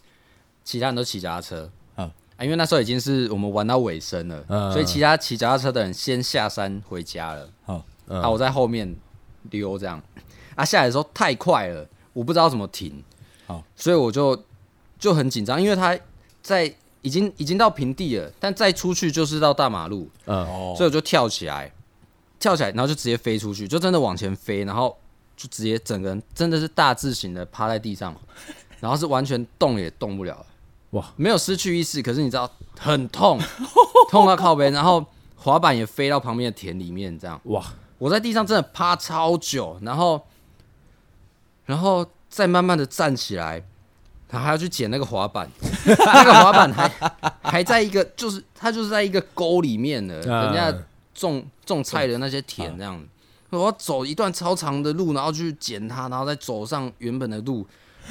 Speaker 3: 其他人都骑脚踏车。
Speaker 2: 嗯
Speaker 3: 啊，因为那时候已经是我们玩到尾声了，
Speaker 1: 嗯
Speaker 3: 所以其他骑脚踏车的人先下山回家了。
Speaker 2: 好，
Speaker 1: 嗯
Speaker 3: 啊，我在后面溜这样，啊，下来的时候太快了，我不知道怎么停，
Speaker 2: 好，
Speaker 3: 所以我就就很紧张，因为他在已经已经到平地了，但再出去就是到大马路，
Speaker 1: 嗯，
Speaker 2: 哦
Speaker 3: 所以我就跳起来，跳起来，然后就直接飞出去，就真的往前飞，然后就直接整个人真的是大字型的趴在地上，然后是完全动也动不了，
Speaker 1: 哇，
Speaker 3: 没有失去意识，可是你知道很痛，痛到靠背，然后滑板也飞到旁边的田里面，这样
Speaker 1: 哇，
Speaker 3: 我在地上真的趴超久，然后，然后再慢慢的站起来。然后还要去捡那个滑板，那个滑板还还在一个，就是它就是在一个沟里面的，人家
Speaker 1: 嗯
Speaker 3: 种种菜的那些田这样。我要走一段超长的路，然后去捡它，然后再走上原本的路，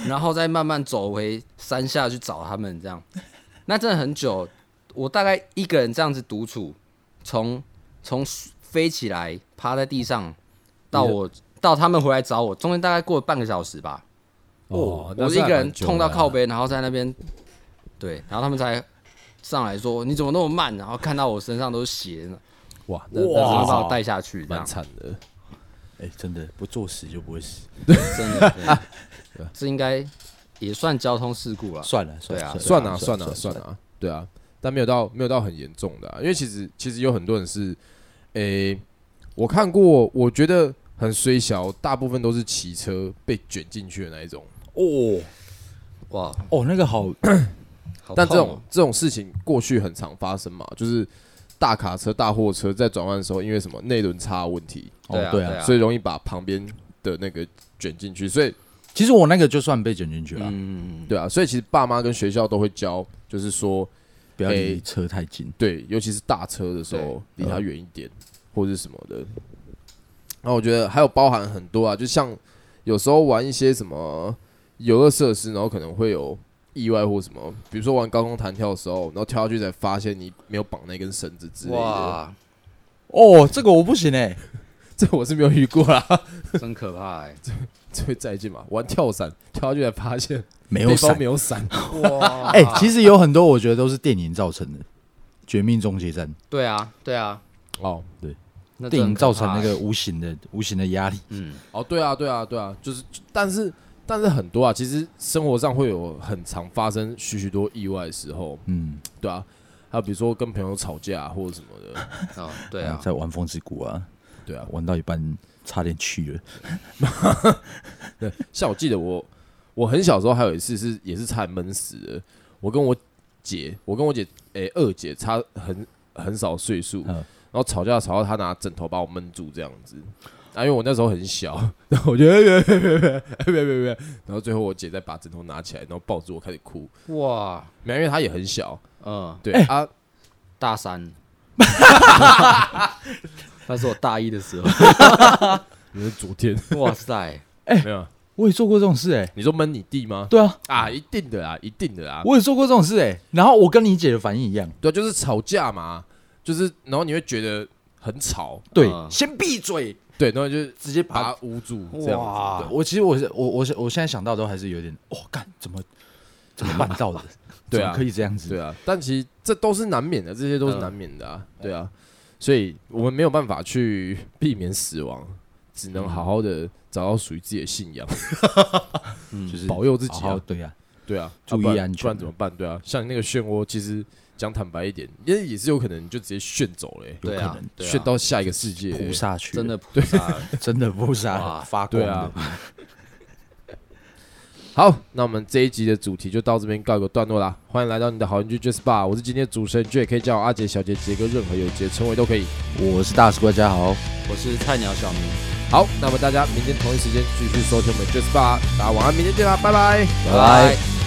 Speaker 3: 然后再慢慢走回山下去找他们这样。那真的很久，我大概一个人这样子独处，从从飞起来趴在地上，到我到他们回来找我，中间大概过了半个小时吧。
Speaker 1: 哦，那
Speaker 3: 我
Speaker 1: 是
Speaker 3: 一个
Speaker 1: 还蛮
Speaker 3: 人
Speaker 1: 久
Speaker 3: 痛到
Speaker 1: 的啊
Speaker 3: 靠背，然后在那边，对，然后他们才上来说你怎么那么慢，啊然后看到我身上都是血，
Speaker 1: 哇，那
Speaker 3: 然后
Speaker 1: 那
Speaker 3: 把我带下去，这
Speaker 1: 蛮
Speaker 3: 样
Speaker 1: 惨的。
Speaker 2: 哎，真的不作死就不会死。
Speaker 3: 真的，对 这应该也算交通事故了。
Speaker 2: 算了，
Speaker 3: 对啊
Speaker 2: 了，
Speaker 1: 算
Speaker 2: 算
Speaker 1: 啊，算啊，算，啊，对啊，但没有到没有到很严重的啊、因为其实其实有很多人是，诶、我看过，我觉得很虽小，大部分都是骑车被卷进去的那一种。
Speaker 2: 哦
Speaker 3: 哇，
Speaker 2: 哦，那个好，
Speaker 3: 好
Speaker 1: 但这
Speaker 3: 痛
Speaker 1: 种、
Speaker 3: 哦
Speaker 1: 这种事情过去很常发生嘛，就是大卡车、大货车在转弯的时候，因为什么内轮差的问题，
Speaker 3: 对啊
Speaker 2: 哦对
Speaker 3: 对啊
Speaker 2: 啊，
Speaker 1: 所以容易把旁边的那个卷进去。所以
Speaker 2: 其实我那个就算被卷进去了，
Speaker 3: 嗯，
Speaker 1: 对啊，所以其实爸妈跟学校都会教，就是说，
Speaker 2: 不要
Speaker 1: 哎
Speaker 2: 离车太近。
Speaker 1: 对，尤其是大车的时候，
Speaker 2: 对嗯
Speaker 1: 离它远一点，或者是什么的。然后我觉得还有包含很多啊，就像有时候玩一些什么游乐设施，然后可能会有意外或什么，比如说玩高空弹跳的时候，然后跳下去才发现你没有绑那根绳子之类的。
Speaker 3: 哇，
Speaker 2: 哦，这个我不行哎，
Speaker 1: 这我是没有遇过啦，
Speaker 3: 真可怕哎！
Speaker 1: 这会再见嘛。玩跳伞跳下去才发现
Speaker 2: 没有
Speaker 1: 背包
Speaker 2: 伞
Speaker 1: 没。有伞，
Speaker 3: 哇，
Speaker 2: 哎、其实有很多我觉得都是电影造成的，《绝命终结战
Speaker 3: 对啊，对啊，
Speaker 1: 哦
Speaker 3: 那》
Speaker 2: 电
Speaker 3: 真
Speaker 2: 影
Speaker 3: 的很
Speaker 2: 造
Speaker 3: 可
Speaker 2: 成
Speaker 3: 怕
Speaker 2: 那
Speaker 3: 欸
Speaker 2: 个无形的无形的压力。
Speaker 3: 嗯，
Speaker 1: 哦，对啊，对啊，对啊，就是，但是但是很多啊，其实生活上会有很常发生许许多意外的时候，
Speaker 2: 嗯，
Speaker 1: 对啊，还有比如说跟朋友吵架、或者什么的，
Speaker 2: 嗯
Speaker 3: 哦，对啊，
Speaker 2: 在玩《风之谷》啊，
Speaker 1: 对啊，
Speaker 2: 玩到一半差点去了。
Speaker 1: 像我记得我，我很小时候还有一次是也是差点闷死了。我跟我姐，我跟我姐，诶、二姐差很很少岁数，
Speaker 2: 嗯
Speaker 1: 然后吵架吵到她拿枕头把我闷住这样子。啊，因为我那时候很小， 然后我就别别别别别别，然后最后我姐再把枕头拿起来，然后抱住我开始哭。
Speaker 3: 哇，
Speaker 1: 没有，因为她也很小，
Speaker 3: 嗯，
Speaker 1: 对、啊，
Speaker 3: 大三，那是我大一的时候，
Speaker 1: 你是昨天
Speaker 3: 哇塞，
Speaker 1: 没有？
Speaker 2: 我也做过这种事哎、
Speaker 1: 你说闷你弟吗？
Speaker 2: 对啊，
Speaker 1: 啊，一定的啦，一定的啦。
Speaker 2: 我也做过这种事哎、然后我跟你姐的反应一样，
Speaker 1: 对，啊就是吵架嘛，就是然后你会觉得很吵，
Speaker 2: 对，
Speaker 3: 嗯
Speaker 2: 先闭嘴，
Speaker 1: 对，然后就是
Speaker 2: 直接
Speaker 1: 把
Speaker 2: 把。
Speaker 1: 它捂住这样子。
Speaker 3: 哇，
Speaker 2: 啊我其实我是我我是我现在想到都还是有点，哦，干怎么怎么办到的？
Speaker 1: 对啊
Speaker 2: 怎么可以这样子？
Speaker 1: 对啊，但其实这都是难免的，这些都是难免的啊，对啊，所以我们没有办法去避免死亡，只能好好的找到属于自己的信仰，
Speaker 2: 就是
Speaker 1: 保佑自己
Speaker 2: 好好
Speaker 1: 啊，
Speaker 2: 对啊，
Speaker 1: 对啊，
Speaker 2: 注意
Speaker 1: 啊不然
Speaker 2: 安全
Speaker 1: 不然怎么办？对啊，像那个漩涡，其实讲坦白一点，因为也是有可能就直接旋走嘞、
Speaker 3: 对
Speaker 2: 有
Speaker 3: 啊
Speaker 2: 可能，
Speaker 3: 对啊
Speaker 1: 旋到下一个世界、欸
Speaker 2: 菩萨去了
Speaker 3: 真的菩萨，
Speaker 2: 真的菩萨
Speaker 3: 哇
Speaker 2: 发光
Speaker 1: 对
Speaker 2: 的
Speaker 1: 啊，。 好，那我们这一集的主题就到这边告一个段落啦。欢迎来到你的好邻居 J Spa，我是今天的主持人 J，可以叫我阿杰、小杰、杰哥，任何有杰称谓都可以。
Speaker 2: 我是大师怪，大家好。
Speaker 3: 我是菜鸟小明。
Speaker 1: 好，那么大家明天同一时间继续收听我们 J Spa，大家晚安，明天见啦，拜拜，
Speaker 2: 拜拜。